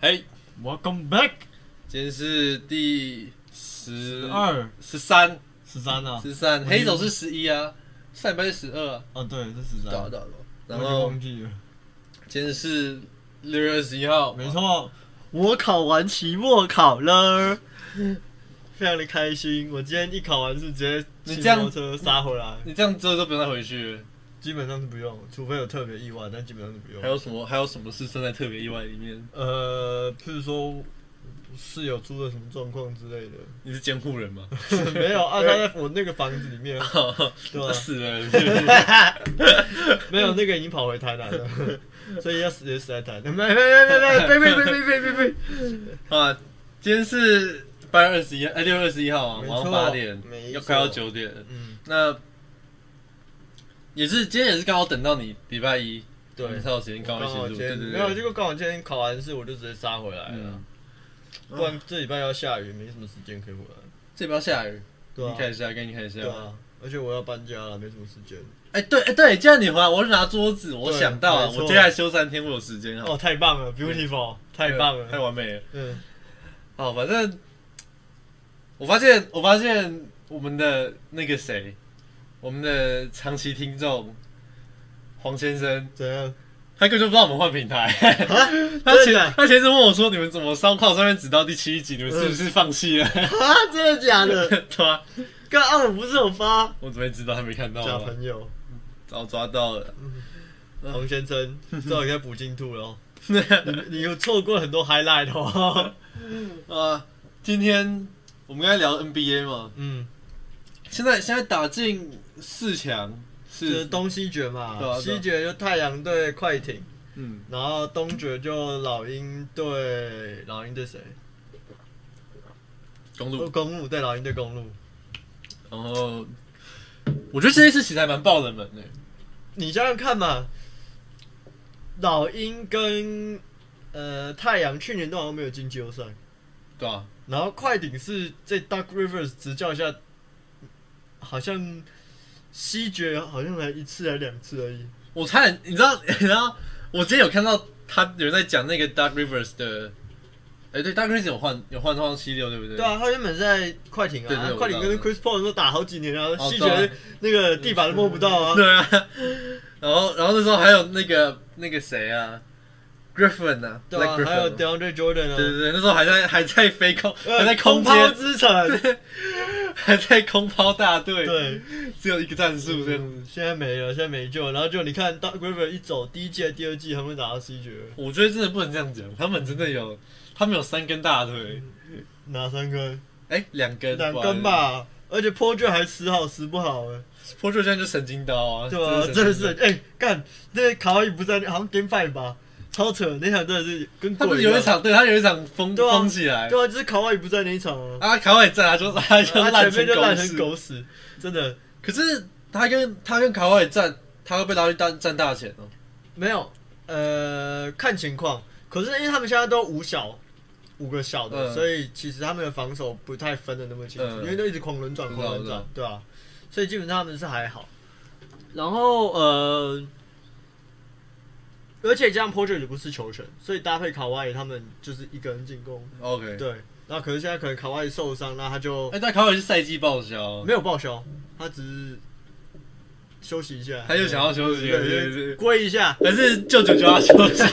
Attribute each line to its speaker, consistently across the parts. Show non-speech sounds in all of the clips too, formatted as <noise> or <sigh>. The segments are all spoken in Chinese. Speaker 1: 嘿，
Speaker 2: Welcome back，
Speaker 1: 今天是第十
Speaker 2: 二
Speaker 1: 十三、
Speaker 2: 十三啊，
Speaker 1: 十三，
Speaker 2: 我
Speaker 1: 黑手
Speaker 2: 已经
Speaker 1: 是十一啊，上礼拜是十二啊，
Speaker 2: 哦对，是十
Speaker 1: 对啊
Speaker 2: 三，
Speaker 1: 对啊对啊。然
Speaker 2: 我已经
Speaker 1: 后
Speaker 2: 忘记了，
Speaker 1: 今天是六月二十一号，
Speaker 2: 没错，
Speaker 3: 我考完期末考了，非常的开心。我今天一考完是直接
Speaker 1: 你
Speaker 3: 骑
Speaker 1: 这样
Speaker 3: 摩托车杀回来，
Speaker 1: 你这样之后就不用再回去了。
Speaker 3: 基本上是不用，除非有特别意外，但基本上是不
Speaker 1: 还
Speaker 3: 用。
Speaker 1: 有什么还有什么事生在特别意外里面？
Speaker 3: 呃，譬如说室友出了什么状况之类的， <laughs>
Speaker 1: 你是监
Speaker 2: <laughs>
Speaker 1: 护人吗？哦
Speaker 3: 没有啊？他在我那个房子里面，对啊
Speaker 1: 死了，是不是
Speaker 2: <laughs>
Speaker 3: 没有那个已经跑回台南了，所以要死也死在台南。没没没没没没没没没没，
Speaker 1: 啊！今天是八月二十一，哎，六月二十一号啊，
Speaker 3: 没错
Speaker 1: 晚上八点
Speaker 3: 没，
Speaker 1: 要
Speaker 3: 错
Speaker 1: 快要九点了。
Speaker 3: 嗯，
Speaker 1: 那也是今天也是刚好等到你礼拜一，
Speaker 3: 对
Speaker 1: 你才有时间刚好一起录，
Speaker 3: 今
Speaker 1: 对对
Speaker 3: 天
Speaker 1: 对，
Speaker 3: 没有，结果刚好今天考完试，我就直接杀回来了
Speaker 1: 嗯。，
Speaker 3: 不然这礼拜要下雨，没什么时间可以回来。
Speaker 1: 这边要下雨，
Speaker 3: 对
Speaker 1: 你看
Speaker 3: 啊，
Speaker 1: 一下，给你看一下
Speaker 3: 对。啊，而且我要搬家了，没什么时间。
Speaker 1: 哎，对，哎对，既然你回来，我就拿桌子，我
Speaker 3: 对
Speaker 1: 想到了，
Speaker 3: 没
Speaker 1: 我
Speaker 3: 错
Speaker 1: 接下来休三天，我有时间
Speaker 3: 哦，
Speaker 1: 哈，
Speaker 3: 太棒了，beautiful，太棒
Speaker 1: 太
Speaker 3: 了。
Speaker 1: 完美了。
Speaker 3: 嗯，
Speaker 1: 好，反正我发现，我发现我们的那个谁，我们的长期听众黄先生，
Speaker 3: 怎样？
Speaker 1: 他根本就不知道我们换平台。 <laughs> 他
Speaker 3: 真的假
Speaker 1: 前
Speaker 3: 的
Speaker 1: 他前次问我说：“你们怎么烧烤上面只到第七集？你们是不是
Speaker 3: 嗯
Speaker 1: 放弃了 <laughs>
Speaker 3: 啊，真的假？”的？
Speaker 1: 对啊，
Speaker 3: 刚刚我不是有发
Speaker 1: 我怎么会知道他没看到
Speaker 3: 假
Speaker 1: 啊？
Speaker 3: 朋友
Speaker 1: 早抓到了。
Speaker 3: 洪先生，知道你在补进度了哦。你你有错过很多 highlight 哦。
Speaker 1: 啊，今天我们刚才聊 NBA 嘛，
Speaker 3: 嗯，
Speaker 1: 现在现在打进四强
Speaker 3: 就是
Speaker 1: 是
Speaker 3: 东西决
Speaker 1: 对啊对
Speaker 3: 嘛，
Speaker 1: 啊
Speaker 3: 西决就太阳对快艇，
Speaker 1: 嗯，
Speaker 3: 然后东决就老鹰对老鹰对谁？
Speaker 1: 公
Speaker 3: 哦
Speaker 1: 路，
Speaker 3: 公路对老鹰对公路。
Speaker 1: 然后我觉得这件事其实还蛮爆冷门的，
Speaker 3: 你想想看嘛，老鹰跟呃太阳去年都好像没有进季后赛，
Speaker 1: 对吧、啊？
Speaker 3: 然后快艇是在 Duck Rivers 执教下，好像西决好像来一次还两次而已。
Speaker 1: 我差点，你知道， <laughs> 你知道，我今天有看到他有人在讲那个 Dark Rivers 的，哎、对，Dark Rivers 有换有换到七六，对不对？
Speaker 3: 对啊，他原本是在快艇啊，
Speaker 1: 对对对
Speaker 3: 快艇
Speaker 1: 我知
Speaker 3: 跟
Speaker 1: 道
Speaker 3: Chris Paul 都打好几年啊，西
Speaker 1: 对
Speaker 3: 决
Speaker 1: 啊
Speaker 3: 那个地板都摸不到
Speaker 1: <laughs>
Speaker 3: 啊。
Speaker 1: 对啊，然后然后那时候还有那个那个谁啊，Griffin 啊，
Speaker 3: 对啊，
Speaker 1: Blake Griffin
Speaker 3: 还有 DeAndre Jordan
Speaker 1: 对对
Speaker 3: 啊，
Speaker 1: 对，那时候还在还在飞空，还在
Speaker 3: 呃空
Speaker 1: 空
Speaker 3: 抛
Speaker 1: 间，
Speaker 3: 之城。
Speaker 1: 还在空抛大队，，
Speaker 3: 对，
Speaker 1: 只有一个战术这样子。
Speaker 3: 嗯现在没了，现在没救了。然后就你看，当 River 一走，第一届、第二季他们打到 C 决，
Speaker 1: 我觉得真的不能这样讲，他们真的有，他们有三根大腿，
Speaker 3: 哪三根？
Speaker 1: 哎，两根，
Speaker 3: 嗯两根。吧。而且 p o r 还死好死不好哎、
Speaker 1: 坡球现在就神经刀啊，
Speaker 3: 对吧、真的是哎干，那卡哇伊不在，好像 Game Five 吧，超扯，那场真的是跟
Speaker 1: 他们
Speaker 3: 鬼
Speaker 1: 有一
Speaker 3: 样。
Speaker 1: 场，对他有一场疯
Speaker 3: 对啊
Speaker 1: 疯起来，
Speaker 3: 对啊，就是卡哇伊不在那一场啊，
Speaker 1: 啊，卡瓦也在啊，就 <laughs> 他就
Speaker 3: 他
Speaker 1: 烂
Speaker 3: 前
Speaker 1: 成
Speaker 3: 面就烂成
Speaker 1: 屎。
Speaker 3: 狗屎，真的
Speaker 1: 可是他跟他跟卡瓦也站，他会被拉去占占大钱哦。
Speaker 3: 没有呃看情况，可是因为他们现在都五小五个小的，
Speaker 1: 嗯
Speaker 3: 所以其实他们的防守不太分的那么清楚，
Speaker 1: 嗯
Speaker 3: 因为都一直狂轮转
Speaker 1: 知道
Speaker 3: 狂轮
Speaker 1: 知道
Speaker 3: 转，对啊，所以基本上他们是还好。然后呃，而且加上 Porter 也不是球权，所以搭配卡哇伊他们就是一个人进攻，
Speaker 1: OK，
Speaker 3: 对。那可是现在可能卡哇伊受伤，那他就
Speaker 1: 哎，但卡瓦也是赛季报销，
Speaker 3: 没有报销，他只是休息一下，
Speaker 1: 他就想要休息，对对对，
Speaker 3: 跪一下，
Speaker 1: 还是舅舅就要休息。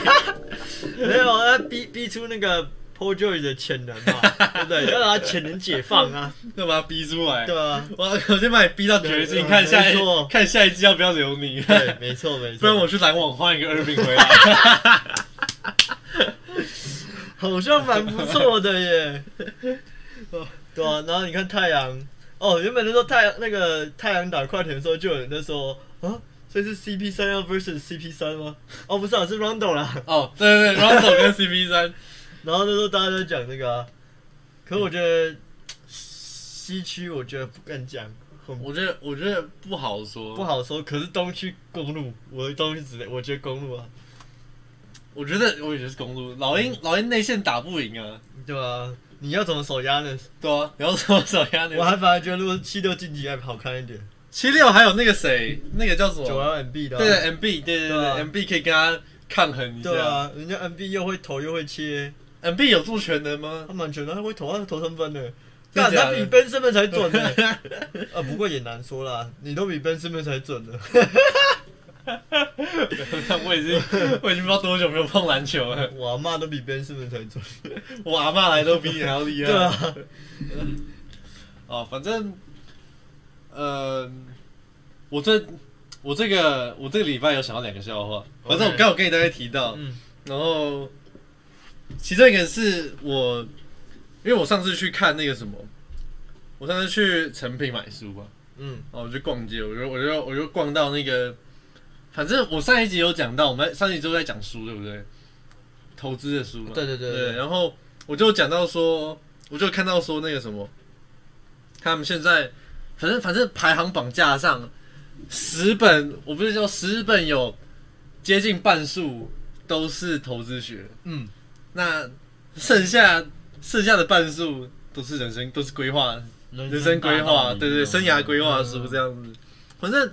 Speaker 1: <laughs>
Speaker 3: 没有，他逼逼出那个 Paul George 的潜能
Speaker 1: <laughs>
Speaker 3: 嘛，对不对？要让他潜能解放啊，
Speaker 1: 要把他逼出来。
Speaker 3: 对啊，
Speaker 1: <laughs> 我我先把你逼到绝境，
Speaker 3: 对
Speaker 1: 看下一
Speaker 3: 没错
Speaker 1: 看下一季要不要留你，
Speaker 3: 对，没错没错。
Speaker 1: 不然我去篮网换一个二饼回
Speaker 3: <laughs>
Speaker 1: 来。
Speaker 3: 好像蛮不错的
Speaker 1: <laughs>
Speaker 3: 耶。对啊，然后你看太阳，哦，原本那时候太阳那个太阳打快艇的时候，就有人在说啊，所以是 CP 三要 versus CP 三吗？哦，不是啊，是 Rondo 啦。
Speaker 1: 哦，对对对，Rondo 跟 CP 三，
Speaker 3: 然后那时候大家都讲这个、啊，可我觉得西区我觉得不敢讲，很
Speaker 1: 我觉得我觉得不好说，
Speaker 3: 不。好说。可是东区公路，我的东区只我觉得公路啊，
Speaker 1: 我觉得我也觉得是公路，老
Speaker 3: 嗯
Speaker 1: 鹰老鹰内线打不赢啊，
Speaker 3: 对啊，你要怎么守压呢？
Speaker 1: 对啊，你要什么手压
Speaker 3: 我还
Speaker 1: 你？
Speaker 3: 反而觉得如果七六晋级还好看一点，
Speaker 1: 七六还有那个谁，那个叫什
Speaker 3: 九
Speaker 1: 么？
Speaker 3: 幺 MB 的啊、
Speaker 1: 对对，MB，对对
Speaker 3: 对啊
Speaker 1: 对，MB 可以跟他抗衡一
Speaker 3: 对啊
Speaker 1: 下。
Speaker 3: 啊，人家 MB 又会投又会切，
Speaker 1: M B 有做全能吗 <laughs>
Speaker 3: 他？蛮全的，他会投，他投三分的。
Speaker 1: 真的
Speaker 3: 干，
Speaker 1: 假
Speaker 3: 他
Speaker 1: 的
Speaker 3: 比 Ben Simmons 还准呢、啊，不过也难说啦，你都比 Ben Simmons 还准了。
Speaker 1: 我已经我已经不知道多久没有碰篮球了。
Speaker 3: 我阿妈都比 Ben Simmons 还准。
Speaker 1: 我阿妈来都比你还要厉害。
Speaker 3: 对啊，
Speaker 1: 哦，反正，呃，我这我这个我这个礼拜有想到两个笑话，反正我
Speaker 3: OK
Speaker 1: 刚好跟你大概提到，
Speaker 3: 嗯
Speaker 1: 然后其中一个是我，因为我上次去看那个什么，我上次去成品买书嘛，
Speaker 3: 嗯
Speaker 1: 然后我就逛街，我就我就我就逛到那个，反正我上一集有讲到，我们上一集都在讲书，对不对？投资的书嘛，
Speaker 3: 对对对对
Speaker 1: 对。然后我就讲到说，我就看到说那个什么，他们现在反正反正排行榜架上十本，我不是说十本有接近半数都是投资学，
Speaker 3: 嗯，
Speaker 1: 那剩下剩下的半数都是人生都是规划人生规划，对
Speaker 3: 嗯
Speaker 1: 对，生涯规划的书这样子。反正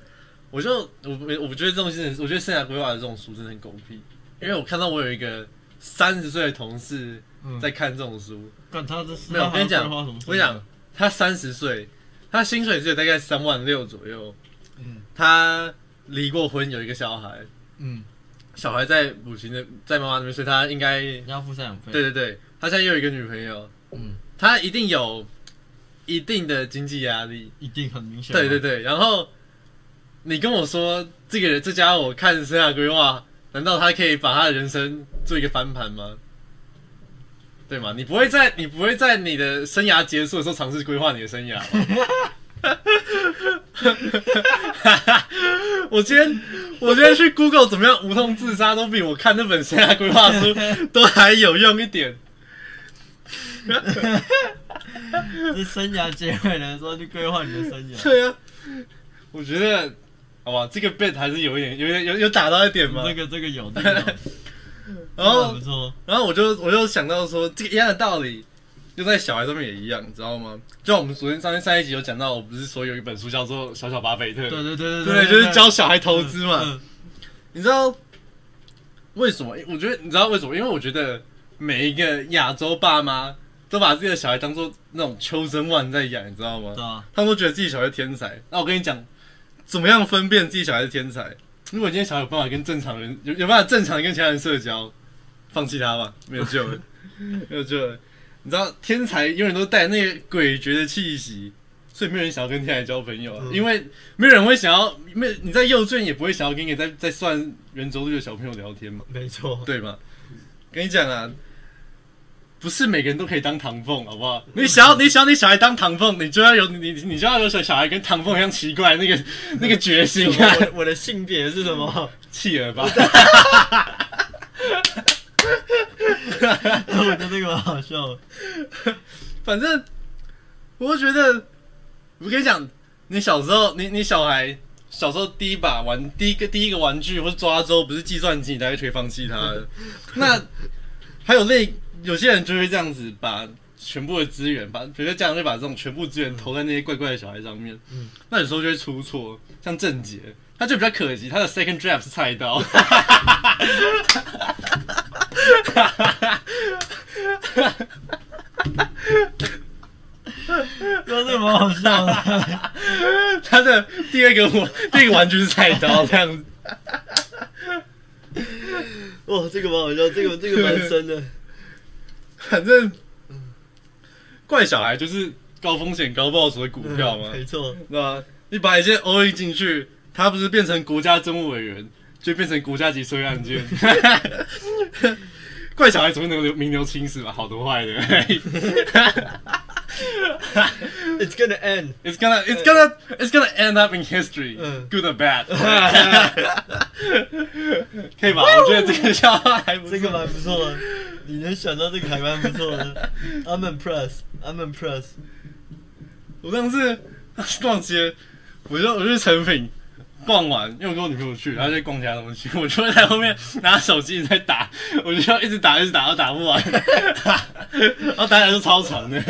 Speaker 1: 我就我我我觉得这种事情，我觉得生涯规划的这种书真的很狗屁，因为我看到我有一个三十岁的同事
Speaker 3: 嗯
Speaker 1: 在看这种书，
Speaker 2: 干他这是
Speaker 1: 没有，
Speaker 2: 他
Speaker 1: 我跟你讲，
Speaker 2: 还要规划什
Speaker 1: 我
Speaker 2: 么事
Speaker 1: 跟你讲，他三十岁，他薪水只有大概三万六左右，
Speaker 3: 嗯
Speaker 1: 他离过婚，有一个小孩，
Speaker 3: 嗯，
Speaker 1: 小孩在母亲的在妈妈那边，所以他应该
Speaker 2: 你要付赡养费，
Speaker 1: 对对对，他现在又有一个女朋友，
Speaker 3: 嗯，
Speaker 1: 他一定有一定的经济压力，
Speaker 2: 一定很
Speaker 3: 啊
Speaker 2: 明显。
Speaker 1: 对对，对，然后你跟我说这个人这家伙看生涯规划，难道他可以把他的人生做一个翻盘吗？对吗？你不会在你不会在你的生涯结束的时候尝试规划你的生涯吗？ <laughs> 我今天我今天去 Google 怎么样无痛自杀，都比我看那本生涯规划书都还有用一点。
Speaker 2: 这生涯结尾的时候去规划你的
Speaker 1: <laughs>
Speaker 2: 生涯，
Speaker 1: 对呀、啊，我觉得好吧，这个 bet 还是有一点有一点有有打到一点嘛。
Speaker 2: 这个这个有，这个有
Speaker 1: <laughs> 然
Speaker 2: 这个
Speaker 1: 后
Speaker 2: 不错，
Speaker 1: 然后我就我就想到说，这个一样的道理，就在小孩上面也一样，你知道吗？就像我们昨天上上一集有讲到，我不是说有一本书叫做《小小巴菲特》，
Speaker 2: 对对对
Speaker 1: 对
Speaker 2: 对，
Speaker 1: 就是教小孩投资嘛。
Speaker 2: 嗯
Speaker 1: 你知道为什么？我觉得你知道为什么？因为我觉得每一个亚洲爸妈都把自己的小孩当做那种秋生万在养，你知道吗？
Speaker 2: 对啊，
Speaker 1: 他们都觉得自己小孩是天才。那我跟你讲，怎么样分辨自己小孩是天才？如果你今天小孩有办法跟正常人有有办法正常地跟其他人社交，放弃他吧，没有救了，没有救了。你知道天才永远都带那个诡谲的气息，所以没有人想要跟天才交朋友、啊，
Speaker 3: 嗯
Speaker 1: 因为没有人会想要，没有你在幼稚园也不会想要跟一个在在算圆周率的小朋友聊天嘛，
Speaker 3: 没错。
Speaker 1: 对吗？跟你讲啊，不是每个人都可以当唐凤，好不好？你想要你想要你小孩当唐凤，你就要有你你你就要有小小孩跟唐凤一样奇怪那个那个决心啊
Speaker 3: <laughs> 我，的我的性别是什么？
Speaker 1: 气儿吧。
Speaker 2: <laughs> 我觉得这个蛮好笑的，
Speaker 1: 反正我就觉得，我跟你讲，你小时候，你你小孩小时候第一把玩第一个第一个玩具或是抓周不是计算机，你才会推放弃它的。那还有那有些人就会这样子把全部的资源，把觉得家长就把这种全部资源投在那些怪怪的小孩上面。
Speaker 3: 嗯
Speaker 1: 那有时候就会出错，像郑杰，他就比较可惜，他的 second draft 是菜刀。
Speaker 2: 这个蛮好笑的。
Speaker 1: 他的第二个我第二个玩具是菜刀这样子。
Speaker 3: <laughs> 哇，这个蛮好笑，这个这个蛮深的。
Speaker 1: 反正嗯怪小孩就是高风险高报酬的股票嘛，
Speaker 3: 没错，
Speaker 1: 对吧？你把一些 O E 进去，他不是变成国家政务委员，就变成国家级社会案件。 <laughs> 怪小孩总会能留名留青史吧，好的坏的。
Speaker 3: <laughs> It's gonna end。
Speaker 1: it's gonna, it's gonna, it's gonna end up in history,
Speaker 3: 嗯
Speaker 1: good or
Speaker 3: <laughs>
Speaker 1: bad 。可以吧？我觉得这个笑话还不错
Speaker 3: 这个蛮不错的，你能想到这个还蛮不错的。I'm impressed, I'm impressed。
Speaker 1: 我上次逛街，我就我就去成品逛完，因为我跟我女朋友去，然后就逛其他东西， <laughs> 我就会在后面拿手机一直在打，我就要一直打，一直打， <laughs> 都打不完，然后打起来就超长的。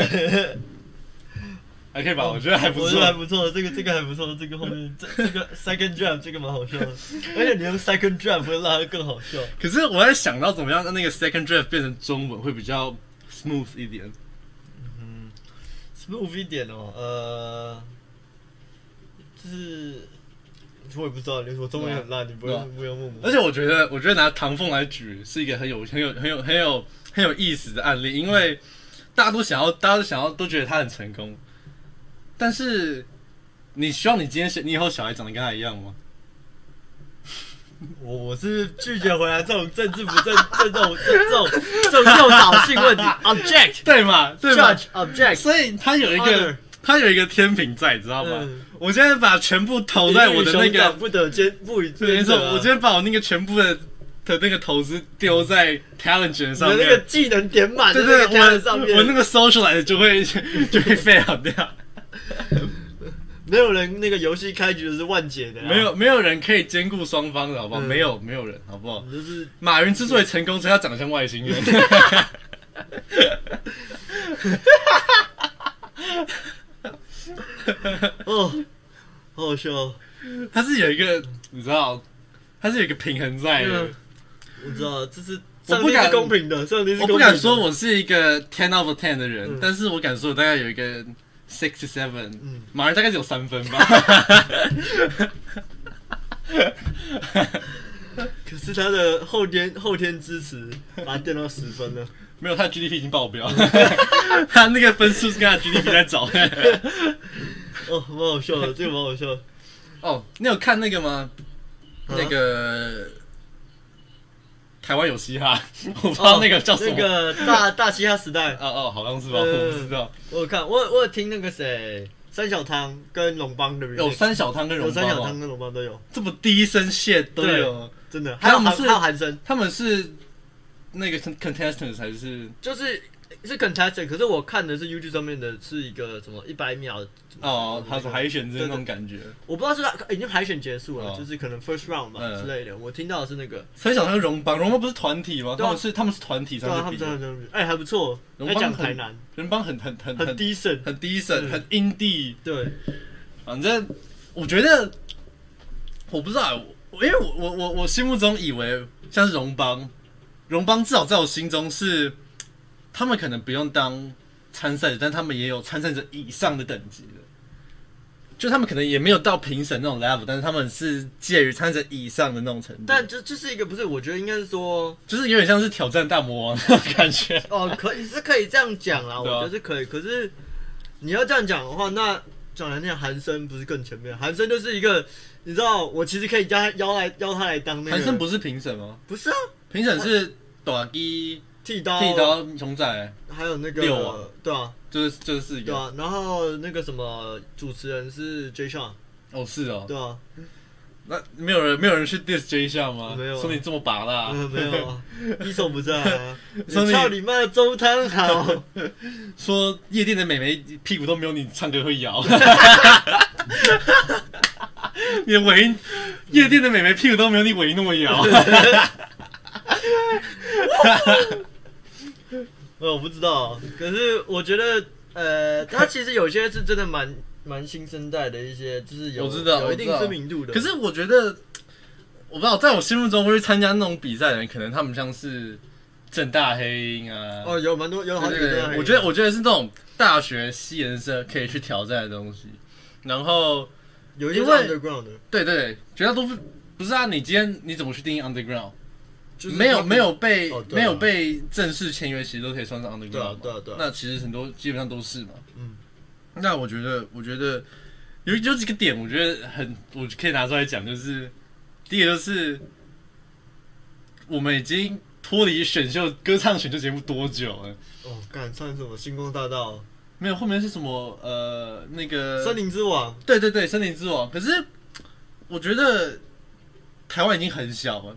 Speaker 1: 还可以吧？我觉得还不
Speaker 3: 哦我觉得还
Speaker 1: 错。
Speaker 3: 不错，这个这个还不错，这个后面这这
Speaker 1: <laughs>
Speaker 3: 个 second drum 这个蛮好笑的，而且你用 second drum 会让它更好笑。
Speaker 1: 可是我在想到怎么样让那个 second draft 变成中文会比较 smooth 一点。
Speaker 3: 嗯，smooth 一点哦，呃，就是我也不知道，你我中文很烂，你不
Speaker 1: 对
Speaker 3: 用
Speaker 1: 啊
Speaker 3: 不用问
Speaker 1: 而
Speaker 3: 我。
Speaker 1: 且我觉得，我觉得拿唐凤来举是一个很有很有很有很有很有意思的案例，因为大家都想要，大家都想要，都觉得他很成功，但是你希望你今天小你以后小孩长得跟他一样吗？
Speaker 3: 我我是拒绝回答这种政治不正正这种这种这种诱导性问题
Speaker 1: <laughs>
Speaker 3: ，object
Speaker 1: 对嘛，对嘛
Speaker 3: judge object。
Speaker 1: 所以他有一个
Speaker 3: Honor
Speaker 1: 他有一个天平在，知道吗？
Speaker 3: 嗯
Speaker 1: 我现在把全部投在我的那
Speaker 3: 鱼与熊掌
Speaker 1: 个，
Speaker 3: 不得兼不与
Speaker 1: 对，没
Speaker 3: 兼
Speaker 1: 错
Speaker 3: 得啊，
Speaker 1: 我今天把我那个全部的的那个投资丢在 talent
Speaker 3: 你
Speaker 1: 上
Speaker 3: 的
Speaker 1: 面，
Speaker 3: 那个技能点满在
Speaker 1: 对
Speaker 3: 那个
Speaker 1: 对，
Speaker 3: 台上
Speaker 1: 我我那
Speaker 3: 面，
Speaker 1: 个 socialize 就会就会 fail 掉。
Speaker 3: 没有人那个游戏开局就是万解的，
Speaker 1: 没，有没有人可以兼顾双方的好不好？
Speaker 3: 嗯
Speaker 1: 没有没有人好不好？
Speaker 3: 就是
Speaker 1: 马云之所以成功，是他长得像外星人。
Speaker 3: 嗯哦，好好笑哦，
Speaker 1: <laughs> 他是有一个你知道，他是有一个平衡在的
Speaker 3: 嗯。我知道这是
Speaker 1: 我
Speaker 3: 上
Speaker 1: 不
Speaker 3: 帝
Speaker 1: 敢
Speaker 3: 是公平的，上帝是
Speaker 1: 我不
Speaker 3: 公平的
Speaker 1: 敢说我是一个 ten out of ten 的人
Speaker 3: 嗯，
Speaker 1: 但是我敢说我大概有一个 six to seven。
Speaker 3: 嗯
Speaker 1: 马云大概只有三分
Speaker 3: <laughs>
Speaker 1: 吧。
Speaker 3: 可是他的后天后天支持把他垫到十分了，
Speaker 1: 没有，他的 GDP 已经爆表，
Speaker 3: 嗯
Speaker 1: <laughs> 他那个分数是跟他 GDP 在找。
Speaker 3: <laughs> 哦，蛮好笑 <laughs> 的，这个蛮好笑的。
Speaker 1: 哦，你有看那个吗？
Speaker 3: 啊
Speaker 1: 那个台湾有嘻
Speaker 3: <laughs>
Speaker 1: 哈，我不知道那个叫什
Speaker 3: 哦那
Speaker 1: 么。
Speaker 3: 个大大嘻哈时代，
Speaker 1: 哦哦，好像是吧，
Speaker 3: 呃
Speaker 1: 我不知道。
Speaker 3: 我有看我有我有听那个谁三小汤跟龙邦的 remix，
Speaker 1: 有三小汤跟
Speaker 3: 有
Speaker 1: 荣
Speaker 3: 三
Speaker 1: 邦
Speaker 3: 小汤
Speaker 1: 哦，
Speaker 3: 跟龙邦都有，
Speaker 1: 这么低声线都有。
Speaker 3: 真的，还
Speaker 1: 他
Speaker 3: 有
Speaker 1: 们
Speaker 3: 韩
Speaker 1: 是
Speaker 3: 还有韩生，
Speaker 1: 他们是那个 contestants 还是
Speaker 3: 就是是 contestant，可是我看的是 YouTube 上面的是一个什么一百秒
Speaker 1: 哦，他是海选之类那
Speaker 3: 对对
Speaker 1: 种感觉。
Speaker 3: 我不知道是他已经海选结束了，
Speaker 1: 哦
Speaker 3: 就是可能 first round 吧、
Speaker 1: 嗯
Speaker 3: 之类的。我听到的是那个，
Speaker 1: 三小汤跟荣邦，荣邦不是团体吗？
Speaker 3: 对
Speaker 1: 他
Speaker 3: 啊
Speaker 1: 们是他们是团体
Speaker 3: 对啊，他
Speaker 1: 上去比
Speaker 3: 们
Speaker 1: 的
Speaker 3: 真。的真的，哎、还不错，
Speaker 1: 荣
Speaker 3: 还
Speaker 1: 邦
Speaker 3: 讲
Speaker 1: 很
Speaker 3: 台南，
Speaker 1: 荣邦很很很
Speaker 3: 很
Speaker 1: 很
Speaker 3: decent，
Speaker 1: 很 decent，
Speaker 3: 嗯
Speaker 1: 很 indie。
Speaker 3: 对，
Speaker 1: 反正我觉得，我不知道，我因为我我我我心目中以为像是荣邦，荣邦至少在我心中是，他们可能不用当参赛者，但他们也有参赛者以上的等级的，就他们可能也没有到评审那种 level，但是他们是介于参赛者以上的那种程度，
Speaker 3: 但这这是一个不是，我觉得应该是说，
Speaker 1: 就是有点像是挑战大魔王那种感觉。
Speaker 3: 哦，
Speaker 1: <laughs>
Speaker 3: 可以是可以这样讲啦，我
Speaker 1: 对啊
Speaker 3: 觉得是可以。可是你要这样讲的话，那讲来那样韩生不是更前面？韩生就是一个，你知道，我其实可以邀他邀来邀他来当那个，
Speaker 1: 韩胜不是评审吗？
Speaker 3: 不是啊，
Speaker 1: 评审是短一
Speaker 3: 剃刀，
Speaker 1: 剃，刀熊仔，
Speaker 3: 还有那个
Speaker 1: 六啊
Speaker 3: 对啊，
Speaker 1: 就是就是四
Speaker 3: 对
Speaker 1: 个。
Speaker 3: 啊，然后那个什么主持人是 J Sean，
Speaker 1: 哦，是哦。
Speaker 3: 对啊，
Speaker 1: 那没有人没有人去 diss J 项吗？
Speaker 3: 没有啊
Speaker 1: 说你这么拔辣、
Speaker 3: 嗯，没有啊，一手不在 <laughs> 啊！
Speaker 1: 所以
Speaker 3: 你操你妈的中汤 <laughs> 好，
Speaker 1: 说夜店的美眉屁股都没有你唱歌会摇。 <laughs> 你的尾音，夜店的美眉屁股都没有你尾音那么
Speaker 3: <laughs>
Speaker 1: 摇。
Speaker 3: 呃，我不知道，可是我觉得，呃，他其实有些是真的蛮蛮新生代的一些，就是有
Speaker 1: 我知道
Speaker 3: 有一
Speaker 1: 我知
Speaker 3: 定
Speaker 1: 道
Speaker 3: 知名度的。
Speaker 1: 可是我觉得，我不知道，在我心目中会去参加那种比赛的人，可能他们像是正大黑鹰啊。
Speaker 3: 哦，有蛮多有好
Speaker 1: 对
Speaker 3: 几
Speaker 1: 对
Speaker 3: 个
Speaker 1: 对，
Speaker 3: 还有，
Speaker 1: 我觉得我觉得是那种大学系人社可以去挑战的东西。然后，
Speaker 3: 有一些是
Speaker 1: 因为
Speaker 3: underground 的，
Speaker 1: 对对对，绝大多数不是啊，你今天你怎么去定义 underground？
Speaker 3: 就是
Speaker 1: 没有
Speaker 3: 他们
Speaker 1: 没有被、
Speaker 3: 哦对啊
Speaker 1: 没有被正式签约，其实都可以算上 underground
Speaker 3: 对啊
Speaker 1: 嘛
Speaker 3: 对啊对啊
Speaker 1: 那其实很多基本上都是嘛。
Speaker 3: 嗯，
Speaker 1: 那我觉得，我觉得有有几个点，我觉得很，我可以拿出来讲，就是第一个就是我们已经脱离选秀歌唱选秀节目多久了？
Speaker 3: 哦，干算什么星光大道、
Speaker 1: 没有，后面是什么？呃，那个
Speaker 3: 森，林之王，
Speaker 1: 对对对，森林之王。可是我觉得台湾已经很小了，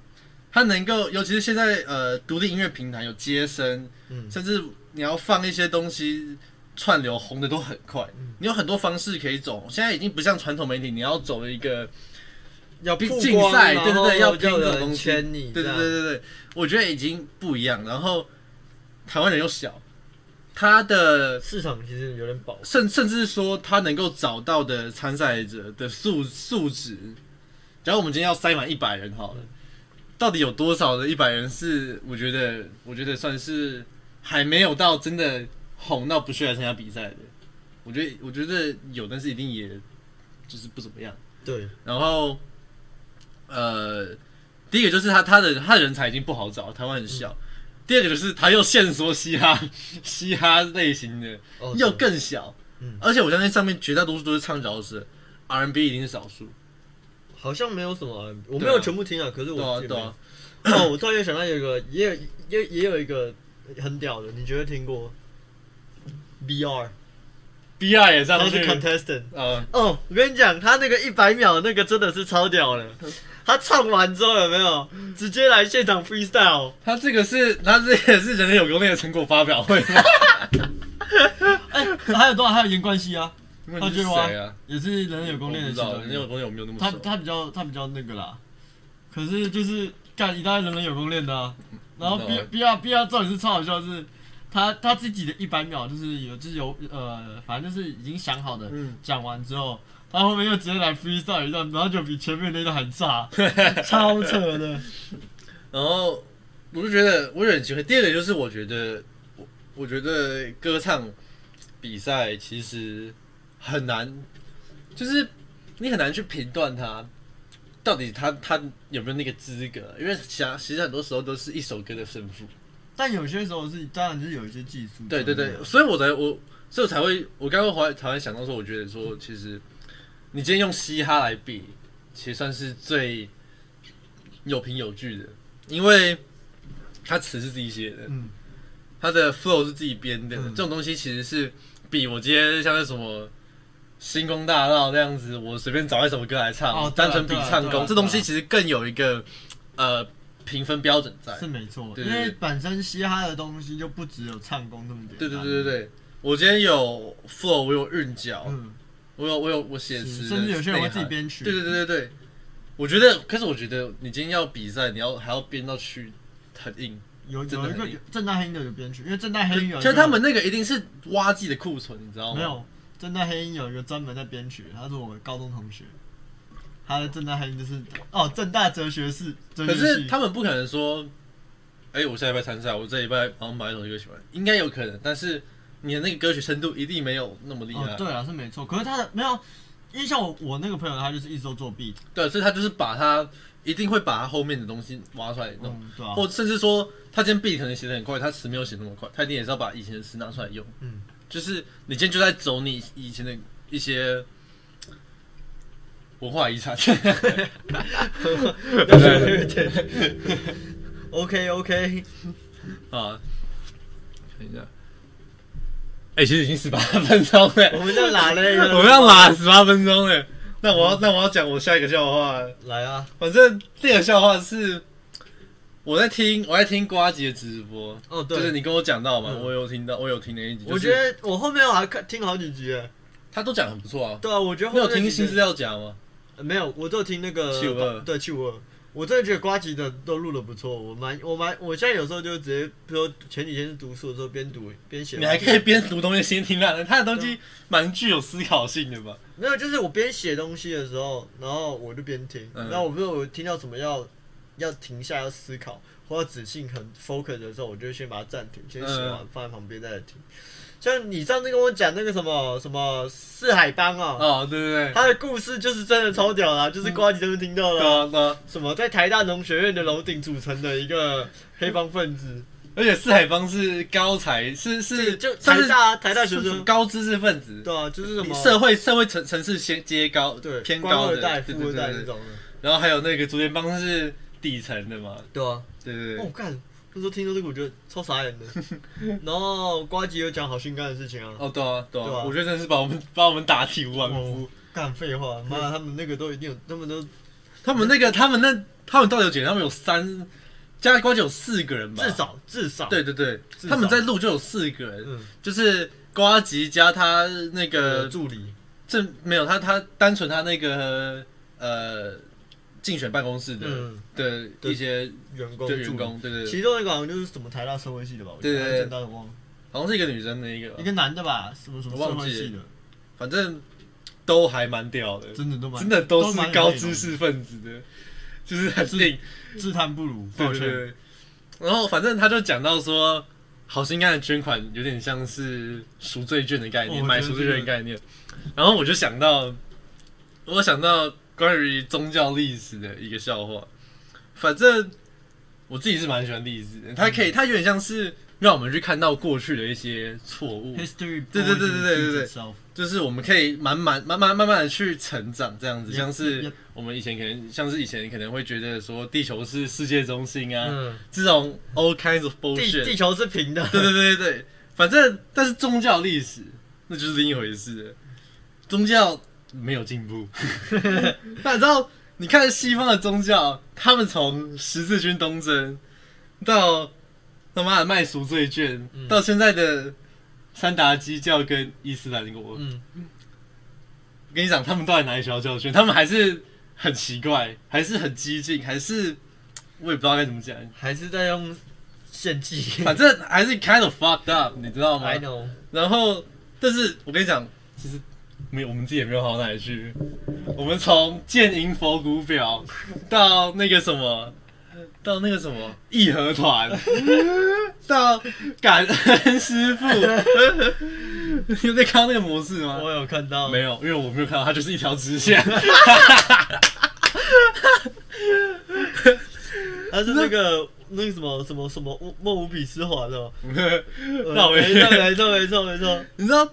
Speaker 1: 它能够，尤其是现在呃，独立音乐平台有接生。
Speaker 3: 嗯，
Speaker 1: 甚至你要放一些东西串流红的都很快，
Speaker 3: 嗯
Speaker 1: 你有很多方式可以走。现在已经不像传统媒体，你要走一个
Speaker 3: 要
Speaker 1: 竞
Speaker 3: 曝
Speaker 1: 竞
Speaker 3: 光啊
Speaker 1: 赛，
Speaker 3: 然
Speaker 1: 对对
Speaker 3: 后
Speaker 1: 对，要拼这
Speaker 3: 有
Speaker 1: 种
Speaker 3: 人
Speaker 1: 东西，
Speaker 3: 签你，
Speaker 1: 对对
Speaker 3: 这样
Speaker 1: 对对对，我觉得已经不一样。然后台湾人又小，他的
Speaker 3: 市场其实有点饱和，
Speaker 1: 甚甚至说他能够找到的参赛者的素素质，假如我们今天要塞满一百人好了，到底有多少的一百人是我觉得我觉得算是还没有到真的红到不屑来参加比赛的？我觉得我觉得有，但是一定也就是不怎么样。
Speaker 3: 对，
Speaker 1: 然后，呃，第一个就是他他的他的人才已经不好找，台湾很小。第二个就是他又限缩嘻哈嘻哈类型的，
Speaker 3: 哦
Speaker 1: 又
Speaker 3: 对
Speaker 1: 更小。
Speaker 3: 嗯
Speaker 1: 而且我相信上面绝大多数都是唱饶舌，R&B 一定是少数。
Speaker 3: 好像没有什么 R&B，我没
Speaker 1: 对啊
Speaker 3: 有全部听啊，可是
Speaker 1: 对
Speaker 3: 我
Speaker 1: 啊，
Speaker 3: 记
Speaker 1: 对
Speaker 3: 得没有
Speaker 1: 啊。
Speaker 3: 哦，我突然又想到有一个，也有也也有一个很屌的，你绝对听过，BR，
Speaker 1: ，B R 也上
Speaker 3: 他
Speaker 1: 去
Speaker 3: 是。contestant。
Speaker 1: 呃，
Speaker 3: 哦，我跟你讲，他那个一百秒那个真的是超屌的，他唱完之后有没有直接来现场 freestyle？
Speaker 1: 他这个是他这也是人人有功内的成果发表会吗？
Speaker 2: 哎、还有多少？还有严冠希啊，
Speaker 1: 问
Speaker 2: 他
Speaker 1: 题
Speaker 2: 觉
Speaker 1: 是
Speaker 2: 得
Speaker 1: 谁啊？
Speaker 2: 也是人人有功练的其
Speaker 1: 我不知
Speaker 3: 哦
Speaker 1: 道人人有
Speaker 2: 中。
Speaker 1: 功内有没有那么
Speaker 2: 他
Speaker 1: 熟？
Speaker 2: 他比较他比较那个啦，可是就是干一大堆人人有功练的啊。然后
Speaker 1: 不
Speaker 2: B
Speaker 1: 知道欸
Speaker 2: B R B R 重点是超好笑的是，他他自己的一百秒就是有就是有呃，反正就是已经想好的，
Speaker 1: 嗯，
Speaker 2: 讲完之后，他后面又直接来 freestyle 一段，然后就比前面那段还
Speaker 1: <laughs>
Speaker 2: 炸，超扯的。
Speaker 1: 然后我就觉得我有点奇怪。第二个就是我觉得我我觉得歌唱比赛其实很难，就是你很难去评断它到底他他有没有那个资格，因为其他其实很多时候都是一首歌的胜负。
Speaker 2: 但有些时候是当然就是有一些技术，
Speaker 1: 对对对，所以我才我所以我才会我刚刚回来台湾想到说，我觉得说其实你今天用嘻哈来比，其实算是最有凭有据的，因为它词是自己写的，
Speaker 2: 嗯，
Speaker 1: 它的 flow 是自己编的，
Speaker 2: 嗯
Speaker 1: 这种东西其实是比我今天像是什么。星光大道那样子，我随便找一首歌来唱，
Speaker 2: 哦对啊
Speaker 1: 单纯比
Speaker 2: 对啊
Speaker 1: 唱
Speaker 2: 对啊
Speaker 1: 功，
Speaker 2: 对啊
Speaker 1: 这东西其实更有一个呃评分标准在。
Speaker 2: 是没错，
Speaker 1: 对
Speaker 2: 因
Speaker 1: 对对
Speaker 2: 为本身嘻哈的东西就不只有唱功那么简单。
Speaker 1: 对对对对对，我今天有 flow，我有韵脚，
Speaker 2: 嗯，
Speaker 1: 我有我有我写词
Speaker 2: 是
Speaker 1: 的内涵，
Speaker 2: 甚至有些人会自己编曲。
Speaker 1: 对对对对对，我觉得，可是我觉得你今天要比赛，你要还要编到曲很硬，
Speaker 2: 有
Speaker 1: 真的
Speaker 2: 有一
Speaker 1: 很
Speaker 2: 个
Speaker 1: 硬
Speaker 2: 正大黑鹰有编曲，因为正大黑鹰有一个
Speaker 1: 就是他们那个一定是挖自己的库存，你知道吗？
Speaker 2: 没，有正大黑鹰有一个专门在编曲，他是我高中同学，他的正大黑鹰就是哦正大哲学系，哲
Speaker 1: 可
Speaker 2: 学
Speaker 1: 是
Speaker 2: 系
Speaker 1: 他们不可能说，哎、我下礼拜参赛，我这礼拜然后买一首歌喜欢，应该有可能，但是你的那个歌曲深度一定没有那么厉害，
Speaker 2: 哦对啊是没错，可是他的没有。因为像我我那个朋友，他就是一直都作弊，
Speaker 1: 对，所以他就是把他一定会把他后面的东西挖出来弄。
Speaker 2: 嗯，对啊，
Speaker 1: 或甚至说他今天 B 可能写的很快，他词没有写那么快，他一定也是要把以前的词拿出来用。
Speaker 3: 嗯，
Speaker 1: 就是你今天就在走你以前的一些文化遗产。 <laughs>
Speaker 2: <laughs>
Speaker 3: 对对对，OK OK，
Speaker 1: 啊，看一下，哎、其实已经十八分钟
Speaker 3: 我
Speaker 1: 了，
Speaker 3: 们就拿了一个，
Speaker 1: <laughs> 我们要拉十八分钟了。那我要那我要讲我下一个笑话了，
Speaker 3: 来啊，
Speaker 1: 反正这个笑话是我在听我在听瓜姐直播，
Speaker 3: 哦
Speaker 1: 就是
Speaker 3: 对，
Speaker 1: 你跟我讲到嘛，
Speaker 3: 嗯
Speaker 1: 我有听到我有听那一集，
Speaker 3: 我觉
Speaker 1: 就是
Speaker 3: 得我后面我还看听好几集耶，
Speaker 1: 他都讲得很不错啊。
Speaker 3: 对啊，我觉得
Speaker 1: 你
Speaker 3: 后
Speaker 1: 有
Speaker 3: 面
Speaker 1: 听
Speaker 3: 几集
Speaker 1: 新资料夹吗？
Speaker 3: 呃没有，我就听那个
Speaker 1: 752
Speaker 3: 对七五二，我真的觉得瓜吉的都录的不错，我蛮我蛮，我现在有时候就直接，比如说前几天是读书的时候边读边写，
Speaker 1: 你还可以边读东西先听他的，他的东
Speaker 3: 啊
Speaker 1: 西蛮具有思考性的吧？
Speaker 3: 没有，就是我边写东西的时候，然后我就边听，
Speaker 1: 嗯
Speaker 3: 然后我不是我听到什么要要停下要思考或要仔细很 focus 的时候，我就先把它暂停，先写完、
Speaker 1: 嗯
Speaker 3: 放在旁边再来听。像你上次跟我讲那个什么什么四海帮啊，
Speaker 1: 哦，对对对，
Speaker 3: 他的故事就是真的超屌啦、就是瓜吉都能听
Speaker 1: 嗯
Speaker 3: 到
Speaker 1: 对
Speaker 3: 了、
Speaker 1: 啊对啊，
Speaker 3: 什么在台大农学院的楼顶组成的一个黑帮分子，
Speaker 1: 而且四海帮是高才，是是
Speaker 3: 就
Speaker 1: 算
Speaker 3: 台
Speaker 1: 是
Speaker 3: 大台大学
Speaker 1: 是属于
Speaker 3: 生，
Speaker 1: 高知识分子，
Speaker 3: 对啊，就是什
Speaker 1: 比
Speaker 3: 么
Speaker 1: 社会社会层层次先阶高，
Speaker 3: 对
Speaker 1: 偏
Speaker 3: 官
Speaker 1: 高
Speaker 3: 二
Speaker 1: 的，
Speaker 3: 代、
Speaker 1: 对对
Speaker 3: 富二代那
Speaker 1: 对对。
Speaker 3: 种的，
Speaker 1: 然后还有那个竹联帮是底层的嘛，
Speaker 3: 对啊。
Speaker 1: 对对
Speaker 3: 哦
Speaker 1: 对，，
Speaker 3: 干，那时候听到这个我觉得超
Speaker 1: <laughs>
Speaker 3: 傻眼的。然后瓜吉有讲好性感的事情啊，
Speaker 1: 哦对啊对
Speaker 3: 对
Speaker 1: 啊，
Speaker 3: 啊
Speaker 1: 我觉得真的是把我们 <laughs> 把我们打体无完肤。
Speaker 3: 哦干废话，妈的他们那个都一定有，他们都
Speaker 1: 他们那个他们那他们到底有几个人？他们有三加关系有四个人吧，
Speaker 3: 至少至少
Speaker 1: 对对对，
Speaker 3: 至少
Speaker 1: 他们在录就有四个人，
Speaker 3: 嗯
Speaker 1: 就是瓜吉加他那个
Speaker 3: 助理，
Speaker 1: 这没有他他单纯他那个呃竞选办公室的、
Speaker 3: 嗯，
Speaker 1: 的一些
Speaker 3: 员工
Speaker 1: 对员
Speaker 3: 助理，
Speaker 1: 工，对对对
Speaker 3: 其中一个好像就是什么台大社会系的吧，我觉
Speaker 1: 对
Speaker 3: 得
Speaker 1: 对
Speaker 3: 还
Speaker 1: 对
Speaker 3: 是正大的忘了。
Speaker 1: 好像是一个女生的一个吧
Speaker 2: 一，个男的吧，什么什么
Speaker 1: 我
Speaker 2: 社
Speaker 1: 忘
Speaker 2: 会
Speaker 1: 记
Speaker 2: 系的，
Speaker 1: 反正都还蛮屌的，
Speaker 2: 真的都蛮
Speaker 1: 真的都
Speaker 2: 蛮有
Speaker 1: 是
Speaker 2: 内
Speaker 1: 高
Speaker 2: 容
Speaker 1: 知识分子的，就是很
Speaker 2: 是
Speaker 1: 硬。
Speaker 2: 的，自叹不如，
Speaker 1: 对
Speaker 2: 抱
Speaker 1: 对
Speaker 2: 歉，
Speaker 1: 对。然后反正他就讲到说，好心肝的捐款有点像是赎罪券的概念，
Speaker 2: 哦
Speaker 1: 买
Speaker 2: 我觉
Speaker 1: 赎
Speaker 2: 得
Speaker 1: 罪券的概念。然后我就想到，我想到关于宗教历史的一个笑话。反正我自己是蛮喜欢历史的，它可
Speaker 2: 嗯
Speaker 1: 以，它有点像是让我们去看到过去的一些错误，
Speaker 2: history，
Speaker 1: 对对对对对对对
Speaker 2: repeats itself
Speaker 1: 就是我们可以慢慢、慢慢、慢慢的去成长，这样子，
Speaker 2: Yep,
Speaker 1: 像是
Speaker 2: yep.
Speaker 1: 我们以前可能，像是以前可能会觉得说地球是世界中心啊，
Speaker 3: 嗯，
Speaker 1: 这种 all kinds of
Speaker 3: 地
Speaker 1: bullshit。
Speaker 3: 地
Speaker 1: 对
Speaker 3: 球是平的，
Speaker 1: 对对对对，反正但是宗教历史那就是另一回事了，宗教没有进步。 <laughs> 那你知道，你看西方的宗教，他们从十字军东征到他妈的卖赎罪券，
Speaker 3: 嗯
Speaker 1: 到现在的三达基教跟伊斯兰国，我
Speaker 3: 嗯，
Speaker 1: 跟你讲，他们到底哪里学到教训？他们还是很奇怪，还是很激进，还是我也不知道该怎么讲。
Speaker 3: 还是在用献祭。
Speaker 1: 反正还是 kind of fucked up，你知道吗
Speaker 3: I？know，
Speaker 1: 然后，但是我跟你讲，其实没有，我们自己也没有好到哪里去。我们从剑营佛骨表到那个什么，到那个什么义和团，到感恩师傅， <laughs> 你有在看到那个模式吗？
Speaker 3: 我有看到，
Speaker 1: 没有，因为我没有看到，它就是一条直线。 <laughs>
Speaker 3: 他是那个那个什么什么什么莫无比斯环哦，
Speaker 1: <laughs> 那我
Speaker 3: 没错没错没错没错，
Speaker 1: 你知道，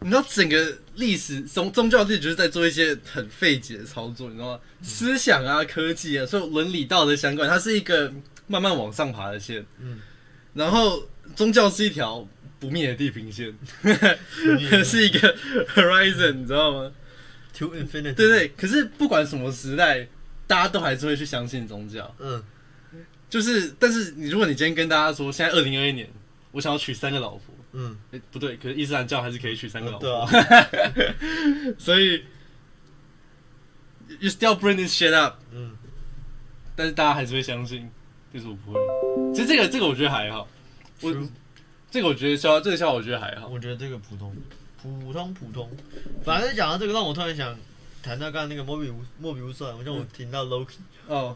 Speaker 1: 你知道整个历史宗宗教历史就是在做一些很费解的操作，你知道吗？思想啊、科技啊，所有伦理道德相关，它是一个慢慢往上爬的线。
Speaker 3: 嗯
Speaker 1: 然后宗教是一条不灭的地平线， <laughs>
Speaker 3: 灭
Speaker 1: 是一个 horizon，你知道吗？
Speaker 3: ，To Infinity，
Speaker 1: 对，对，可是不管什么时代，大家都还是会去相信宗教。
Speaker 3: 嗯，
Speaker 1: 就是，但是你如果你今天跟大家说，现在二零二一年，我想要娶三个老婆，
Speaker 3: 嗯，
Speaker 1: 诶哎不对，可是伊斯兰教还是可以娶三个老婆。
Speaker 3: 对啊，
Speaker 1: <laughs> 所以 you still bring this shit up，
Speaker 3: 嗯，
Speaker 1: 但是大家还是会相信，就是我不会。其实这个这个我觉得还好，我
Speaker 3: True
Speaker 1: 这个我觉得笑这个笑话我觉得还好。
Speaker 3: 我觉得这个普通，普通普通。反正讲到这个，让我突然想谈到刚刚那个莫比乌莫比乌斯环，我让
Speaker 2: 嗯
Speaker 3: 我听到 Loki，
Speaker 1: 哦，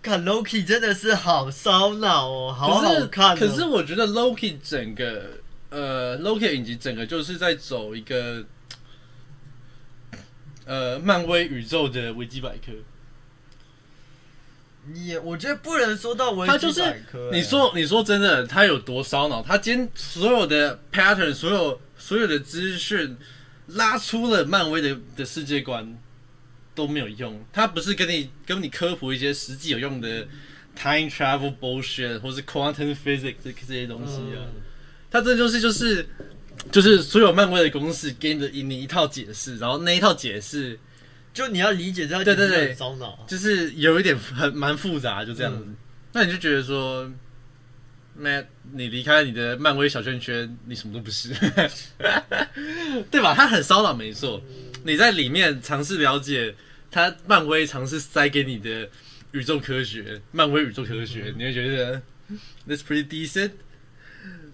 Speaker 3: 看 Loki 真的是好烧脑哦，好
Speaker 1: 可是
Speaker 3: 好看、哦
Speaker 1: 可是我觉得 Loki 整个呃 Loki 的影集整个就是在走一个呃漫威宇宙的维基百科。
Speaker 3: 你也，我觉得不能说到维
Speaker 1: 他
Speaker 3: 基
Speaker 1: 就是
Speaker 3: 百科、哎
Speaker 1: 你，说，你说真的，他有多烧脑？他今天所有的 pattern，所有所有的资讯，拉出了漫威的的世界观都没有用。他不是跟你跟你科普一些实际有用的 time travel bullshit，或是 quantum physics 这这些东西啊。
Speaker 3: 嗯
Speaker 1: 他这就是就是就是所有漫威的公式给你的你一套解释，然后那一套解释
Speaker 3: 就你要理解这样，
Speaker 1: 对对对
Speaker 3: 很烧脑。啊
Speaker 1: 就是有一点很蛮复杂，就这样子。
Speaker 3: 嗯
Speaker 1: 那你就觉得说，那你离开你的漫威小圈圈，你什么都不是， <laughs> 对吧？他很骚扰，没错。你在里面尝试了解他漫威尝试塞给你的宇宙科学，漫威宇宙科学，你会觉得 that's pretty decent。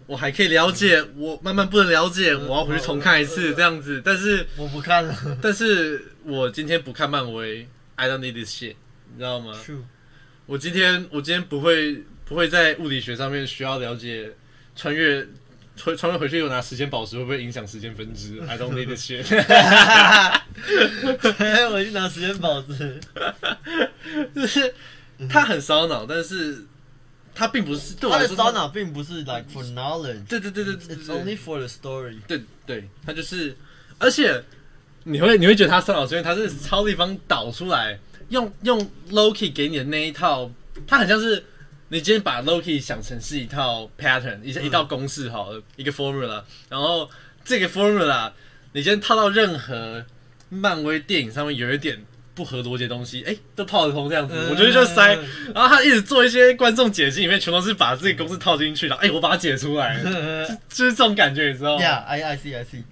Speaker 1: 我还可以了解，我慢慢不能了解，我要回去重看一次这样子。但是，
Speaker 3: 我不看了。
Speaker 1: 但是我今天不看漫威，I don't need this shit，你知道吗？
Speaker 3: True，
Speaker 1: 我今天我今天不会不会在物理学上面需要了解穿越穿穿越回去又拿时间宝石会不会影响时间分支？I don't need this shit。
Speaker 3: <laughs> 我去拿时间宝
Speaker 1: <laughs>
Speaker 3: 石。
Speaker 1: 就是
Speaker 3: 嗯
Speaker 1: 他很烧脑，但是他并不是对我来
Speaker 3: 他的
Speaker 1: 说
Speaker 3: 烧。脑并不是 like for knowledge，
Speaker 1: 对对对对对
Speaker 3: it's
Speaker 1: 对
Speaker 3: only
Speaker 1: 对
Speaker 3: for the story。
Speaker 1: 对对，他就是，而且你会你会觉得他烧脑，是因为他是超立方导出来，用用 Loki 给你的那一套，他很像是你今天把 Loki 想成是一套 pattern，一、一道公式好了，一个 formula，然后这个 formula 你今天套到任何漫威电影上面有一点不合逻辑的东西，哎、都套得通这样子，
Speaker 3: 嗯
Speaker 1: 我觉得就
Speaker 3: <laughs>
Speaker 1: 塞。然后他一直做一些观众解析，里面全都是把这个公式套进去，然后哎、我把它解出
Speaker 3: <laughs>
Speaker 1: 来，就是这种感觉，你知道吗？
Speaker 3: Yeah，I I see I see。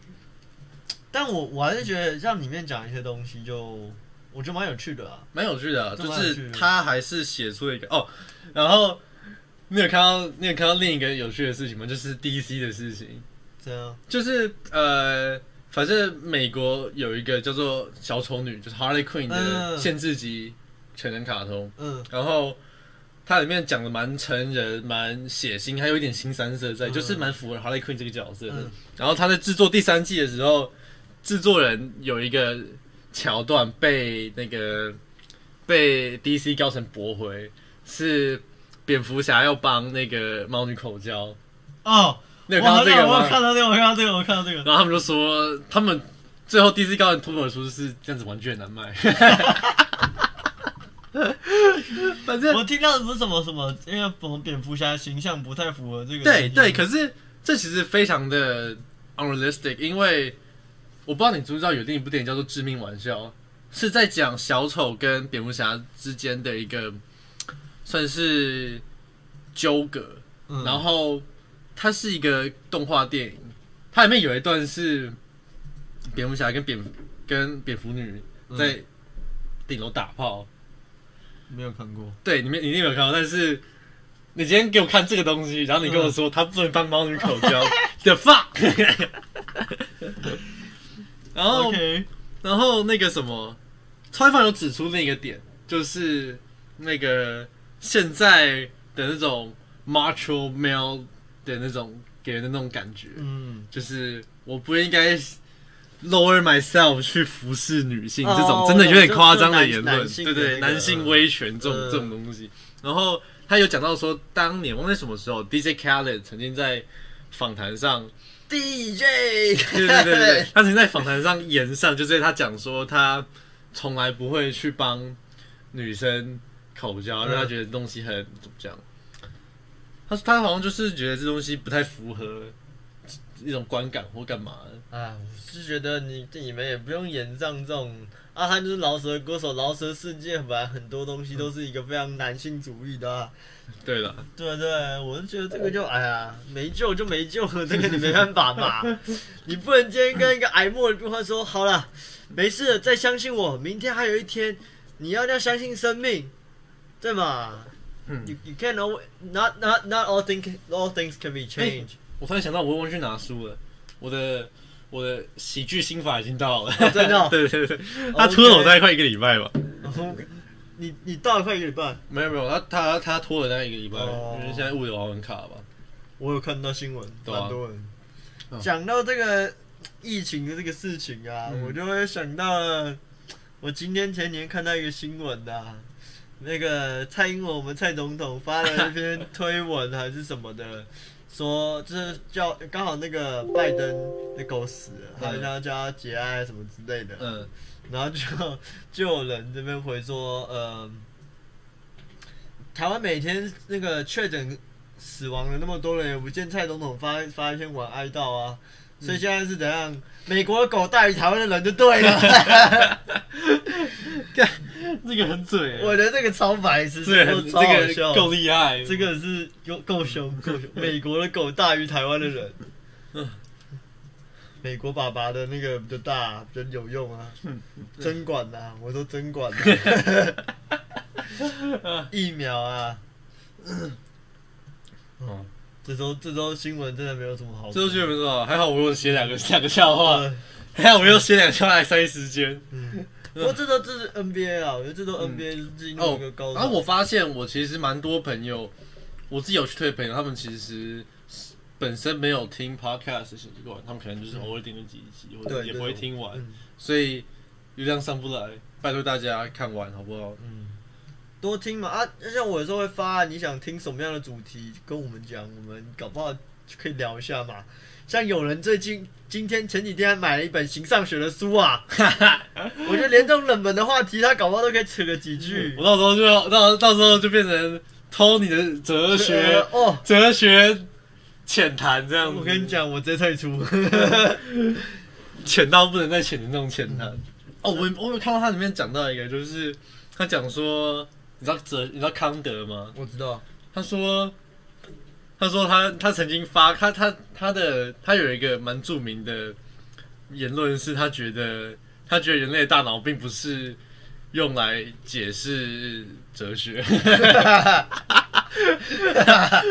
Speaker 3: 但我我还是觉得像里面讲一些东西就，我觉得蛮有趣的啊。
Speaker 1: 蛮有趣的啊、
Speaker 3: 这
Speaker 1: 就
Speaker 3: 蛮有趣
Speaker 1: 是
Speaker 3: 的
Speaker 1: 他还是写出了一个哦，然后你有看到你有看到另一个有趣的事情吗？就是 DC 的事情，
Speaker 3: 这样
Speaker 1: 就是呃，反正美国有一个叫做小丑女，就是 Harley Quinn 的
Speaker 3: 嗯
Speaker 1: 限制级成人卡通，
Speaker 3: 嗯
Speaker 1: 然后它里面讲的蛮成人、蛮血腥，还有一点新三色在，
Speaker 3: 嗯
Speaker 1: 就是蛮符合 Harley Quinn 这个角色的。
Speaker 3: 嗯
Speaker 1: 然后他在制作第三季的时候，制作人有一个桥段被那个被 DC 高层驳回，是蝙蝠侠要帮那个猫女口交。
Speaker 2: 哦，
Speaker 1: 你有看到这个
Speaker 2: 我
Speaker 1: 吗
Speaker 2: 有？看到这个，我有看到这个，我有看到这
Speaker 3: <laughs>
Speaker 2: 个。
Speaker 1: 然后他们就说，他们最后 DC 高层脱口而出是这样子，玩具很难卖。 <laughs> 反正
Speaker 2: 我听到的不是什么什么，因为我们蝙蝠侠形象不太符合这个。
Speaker 1: 对对，可是这其实非常的 unrealistic，因为我不知道你知不知道有另一部电影叫做《致命玩笑》，是在讲小丑跟蝙蝠侠之间的一个算是纠葛，
Speaker 2: 嗯
Speaker 1: 然后它是一个动画电影，它里面有一段是蝙蝠侠跟蝙蝠跟蝙蝠女
Speaker 3: 嗯
Speaker 2: 嗯
Speaker 1: 在顶楼打炮，
Speaker 2: 没有看过。
Speaker 1: 对，你们你一定没有看到，但是你今天给我看这个东西，然后你跟我说、他不能帮猫女口交，the fuck，然后
Speaker 2: OK，
Speaker 1: 然后那个什么，超级饭有指出另一个点，就是那个现在的那种 macho male 的那种给人的那种感觉，
Speaker 2: 嗯，
Speaker 1: 就是我不应该 lower myself 去服侍女性，
Speaker 3: 哦
Speaker 1: 这种真的有点夸张的言
Speaker 3: 这
Speaker 1: 论，
Speaker 3: 种男性
Speaker 1: 对
Speaker 3: 的
Speaker 1: 对，
Speaker 3: 那个
Speaker 1: 男性威权这种、
Speaker 3: 嗯
Speaker 1: 这种东西。然后他有讲到说，当年忘记什么时候，DJ Khaled 曾经在访谈
Speaker 3: <laughs>
Speaker 1: 上，
Speaker 3: DJ，
Speaker 1: 对对对 <laughs> 对，他曾经在访谈上言上，就是他讲说他从来不会去帮女生口
Speaker 3: 嗯
Speaker 1: 交，因为他觉得这东西很怎么讲，他他好像就是觉得这东西不太符合一种观感或干嘛的。
Speaker 3: 啊，我是觉得你你们也不用演上这种啊，他就是饶舌歌手，饶舌世界本来很多东西都是一个非常男性主义的、啊，
Speaker 1: 对了，
Speaker 3: 对不对？我是觉得这个就哎呀，没救就没救了，这个你没办法嘛，
Speaker 1: <laughs>
Speaker 3: 你不能今天跟一个癌末的病患说好了，没事了，再相信我，明天还有一天，你要要相信生命，对嘛？
Speaker 1: 嗯
Speaker 3: You you can al not not not all things all things can be changed、
Speaker 1: 我突然想到，我忘去拿书了，我的我的喜剧心法已经到了。
Speaker 3: 哦真的
Speaker 1: <laughs>
Speaker 3: 哦
Speaker 1: 对对对，他拖了我大概快一个礼拜吧。
Speaker 3: 然后 <laughs> 你你到了快一个礼拜，
Speaker 1: 没有没有，他他他拖了大概一个礼拜，
Speaker 3: 哦
Speaker 1: 因为现在物流好像很卡吧。
Speaker 3: 我有看到新闻，
Speaker 1: 对啊
Speaker 3: 蛮多人
Speaker 1: 嗯
Speaker 3: 讲、到这个疫情的这个事情啊，
Speaker 1: 嗯
Speaker 3: 我就会想到了我今天前年看到一个新闻的、啊，那个蔡英文我们蔡总统发了一篇推文还是什么
Speaker 1: <laughs>
Speaker 3: 的，说就是叫刚好那个拜登的狗死了，
Speaker 1: 嗯
Speaker 3: 好像叫他节哀什么之类的，
Speaker 1: 嗯
Speaker 3: 然后就就有人这边回说，呃，台湾每天那个确诊死亡的那么多人，也不见蔡总统发发一篇文哀悼啊，所
Speaker 1: 嗯
Speaker 3: 以现在是怎样？美国的狗大于台湾的人就对
Speaker 1: <laughs>
Speaker 3: 了。
Speaker 1: 这个很嘴
Speaker 3: 我觉得这个超白痴，
Speaker 1: 这
Speaker 3: 超
Speaker 1: 个
Speaker 3: 超好
Speaker 1: 这
Speaker 3: 笑
Speaker 1: 个够厉害，
Speaker 3: 这个是够够凶，够凶。美国的狗大于台湾的人，
Speaker 1: 嗯
Speaker 3: 美国爸爸的那个比较大、比较有用啊，
Speaker 1: 嗯
Speaker 3: 针管呐、我说针管、
Speaker 1: <laughs>
Speaker 3: 啊，疫苗啊，
Speaker 1: 嗯，
Speaker 3: 这周这周新闻真的没有什么好。
Speaker 1: 这都觉得不错，还好我有写两个两个笑话，
Speaker 3: 对
Speaker 1: 还好我有写两个笑话来塞时间。
Speaker 3: 嗯，不过这周这是 NBA 啊，我觉得这周 NBA 是进入一个高
Speaker 1: 嗯哦然
Speaker 3: 潮。
Speaker 1: 后我发现我其实蛮多朋友，我自己有去推的朋友，他们其实本身没有听 podcast 的习惯，他们可能就是偶尔听个几集，或者
Speaker 3: 对
Speaker 1: 也
Speaker 3: 对
Speaker 1: 不会听完，
Speaker 3: 嗯
Speaker 1: 所以流量上不来。拜托大家看完好不好？
Speaker 3: 嗯，多听嘛啊！像我有时候会发，你想听什么样的主题，跟我们讲，我们搞不好就可以聊一下嘛。像有人最近今天前几天还买了一本形上学的书
Speaker 1: <laughs>
Speaker 3: 啊，我觉得连这种冷门的话题，他搞不好都可以扯个几句
Speaker 1: 我。到时候就要到到时候就变成偷你的哲学
Speaker 3: 呃哦，
Speaker 1: 哲学浅谈这样子，
Speaker 3: 我跟你讲，我直接退出。
Speaker 1: 浅到不能再浅的那种浅谈。哦，我我有看到它里面讲到一个，就是他讲说，你知道哲你知道康德吗？
Speaker 3: 我知道，
Speaker 1: 他说，他说他他曾经发他他他的他有一个蛮著名的言论，是他觉得他觉得人类的大脑并不是用来解释哲学， <laughs>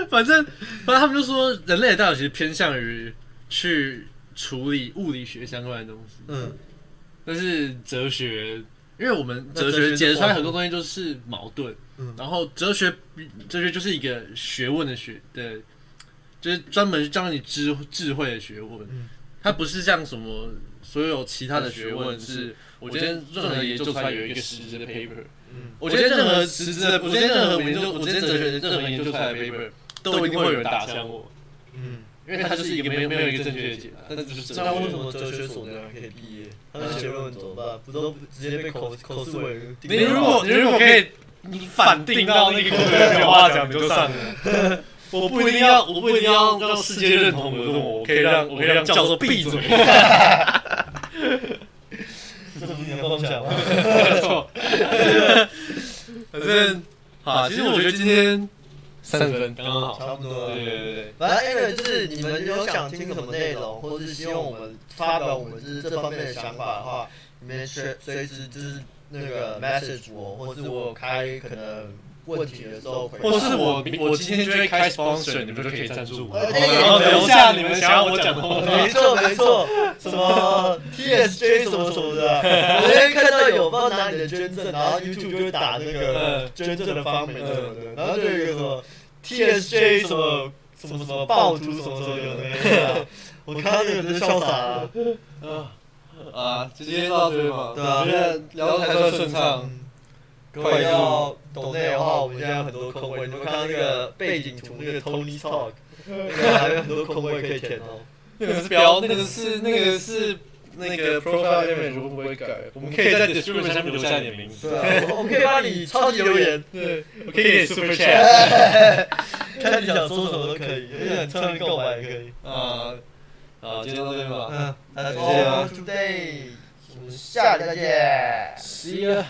Speaker 1: 反正反正他们就说，人类的大脑其实偏向于去处理物理学相关的东西，
Speaker 3: 嗯，
Speaker 1: 但是哲学，因为我们
Speaker 3: 那哲
Speaker 1: 哲
Speaker 3: 学
Speaker 1: 学
Speaker 3: 是
Speaker 1: 解出
Speaker 3: 化
Speaker 1: 来
Speaker 3: 学
Speaker 1: 很多东西都是矛盾，
Speaker 3: 嗯
Speaker 1: 然后哲学哲学就是一个学问的学的，就是专门教你智智慧的学问，
Speaker 3: 嗯
Speaker 1: 它不是像什么所有其他的学
Speaker 4: 问
Speaker 1: 问
Speaker 4: 是
Speaker 1: 是。
Speaker 4: 我
Speaker 1: 我
Speaker 4: 今
Speaker 1: 今
Speaker 4: 天
Speaker 1: 天
Speaker 4: 任
Speaker 1: 任
Speaker 4: 何
Speaker 1: 何
Speaker 4: 研
Speaker 1: 研
Speaker 4: 究
Speaker 1: 究
Speaker 4: 出
Speaker 1: 出
Speaker 4: 来
Speaker 1: 来
Speaker 4: 有
Speaker 1: 有
Speaker 4: 一
Speaker 1: 一
Speaker 4: 个
Speaker 1: 个
Speaker 4: 实
Speaker 1: 实
Speaker 4: 质
Speaker 1: 质
Speaker 4: 的
Speaker 1: 的
Speaker 4: paper，
Speaker 1: paper
Speaker 3: 嗯
Speaker 1: 我觉得任何实
Speaker 4: 实
Speaker 1: 质
Speaker 4: 质
Speaker 1: 的，
Speaker 4: 的，
Speaker 1: 我
Speaker 4: 我
Speaker 1: 今天
Speaker 4: 今天
Speaker 1: 任
Speaker 4: 任
Speaker 1: 何
Speaker 4: 何
Speaker 1: 研究，
Speaker 4: 研究，
Speaker 1: 我今
Speaker 4: 我今
Speaker 1: 天哲
Speaker 4: 天哲
Speaker 1: 学任何
Speaker 4: 学任何
Speaker 1: 研
Speaker 4: 研
Speaker 1: 究
Speaker 4: 究
Speaker 1: 出
Speaker 4: 出
Speaker 1: 来
Speaker 4: 来
Speaker 1: 的
Speaker 4: 的
Speaker 1: paper
Speaker 4: paper
Speaker 1: 都
Speaker 4: 都
Speaker 1: 一定
Speaker 4: 一定
Speaker 1: 会有
Speaker 4: 会有
Speaker 1: 人
Speaker 4: 人
Speaker 1: 打
Speaker 4: 打
Speaker 1: 枪
Speaker 4: 枪
Speaker 1: 我
Speaker 4: 我，，
Speaker 1: 嗯，因
Speaker 4: 因
Speaker 1: 为
Speaker 4: 为
Speaker 1: 它
Speaker 4: 它
Speaker 1: 就
Speaker 4: 就是是
Speaker 1: 一
Speaker 4: 一
Speaker 1: 个
Speaker 4: 个
Speaker 1: 没
Speaker 4: 没
Speaker 1: 有没
Speaker 4: 有没
Speaker 1: 有
Speaker 4: 有
Speaker 1: 一
Speaker 4: 一
Speaker 1: 个正确
Speaker 4: 个正确
Speaker 1: 的解
Speaker 4: 的解
Speaker 1: 答
Speaker 4: 答，，
Speaker 1: 但
Speaker 4: 但
Speaker 1: 是
Speaker 4: 是
Speaker 1: 就
Speaker 4: 就是是
Speaker 1: 有人
Speaker 3: 那为
Speaker 1: 问
Speaker 3: 什
Speaker 1: 我
Speaker 3: 么哲学所的可以毕业？他们写论文怎么办？不都直接被口口试委员定
Speaker 1: 你
Speaker 3: 了？
Speaker 1: 如果你如果可以反定到那个没有话讲，你就上了。 <laughs> 我不一定要，我不一定要让世界认同我的我，我可以让我可以让教授闭嘴。
Speaker 3: 这不是你的梦想吗？
Speaker 1: 没错， <laughs> 反正 <laughs> 好，其实我觉得今天三十分刚刚好。
Speaker 3: 差不多了。
Speaker 1: 对对对，
Speaker 3: 反正 anyway 就是你们有想听什么内容，或是希望我们发表我们就是这方面的想法的话，你们随随时就是那个 message 我，或是我有开可能问题的时候回答。
Speaker 1: 或是我我今天就会开 sponsor，你们就可以赞助我，
Speaker 3: 哎
Speaker 1: 然后留下你们想要哎我讲的话。
Speaker 3: 没错没错，什么 TSJ 什么什么的，我今天看到有帮拿你的捐赠，然后 YouTube 就会打那个
Speaker 1: 嗯
Speaker 3: 捐赠的方面什么的，然后就有一个什么 TSJ 什么什么什么暴徒什么什么的，啊我看到那个真笑傻了，
Speaker 1: <laughs> 啊，就今天到这边吧。
Speaker 3: 对啊
Speaker 1: 我觉得聊的还算顺畅。
Speaker 3: 各位要懂内的话，我们现在有很多空位，你们看到那个背景图那个 Tony Talk，那个还有很多空位可以填哦。
Speaker 1: 那个是标，那个是那个是那个 네, profile image 我们不会改，我们可以在 description 下面留下你的名字，
Speaker 3: 对啊，我们可以帮你超级留言。
Speaker 1: 네.我可以给你 super chat
Speaker 3: 看你想说什么都可以，你想唱购买也可以。
Speaker 1: 啊。好，今天到这边吧
Speaker 3: 嗯， <laughs> 那就
Speaker 1: 再见啊
Speaker 3: today，我们下礼拜见。
Speaker 1: ，see ya。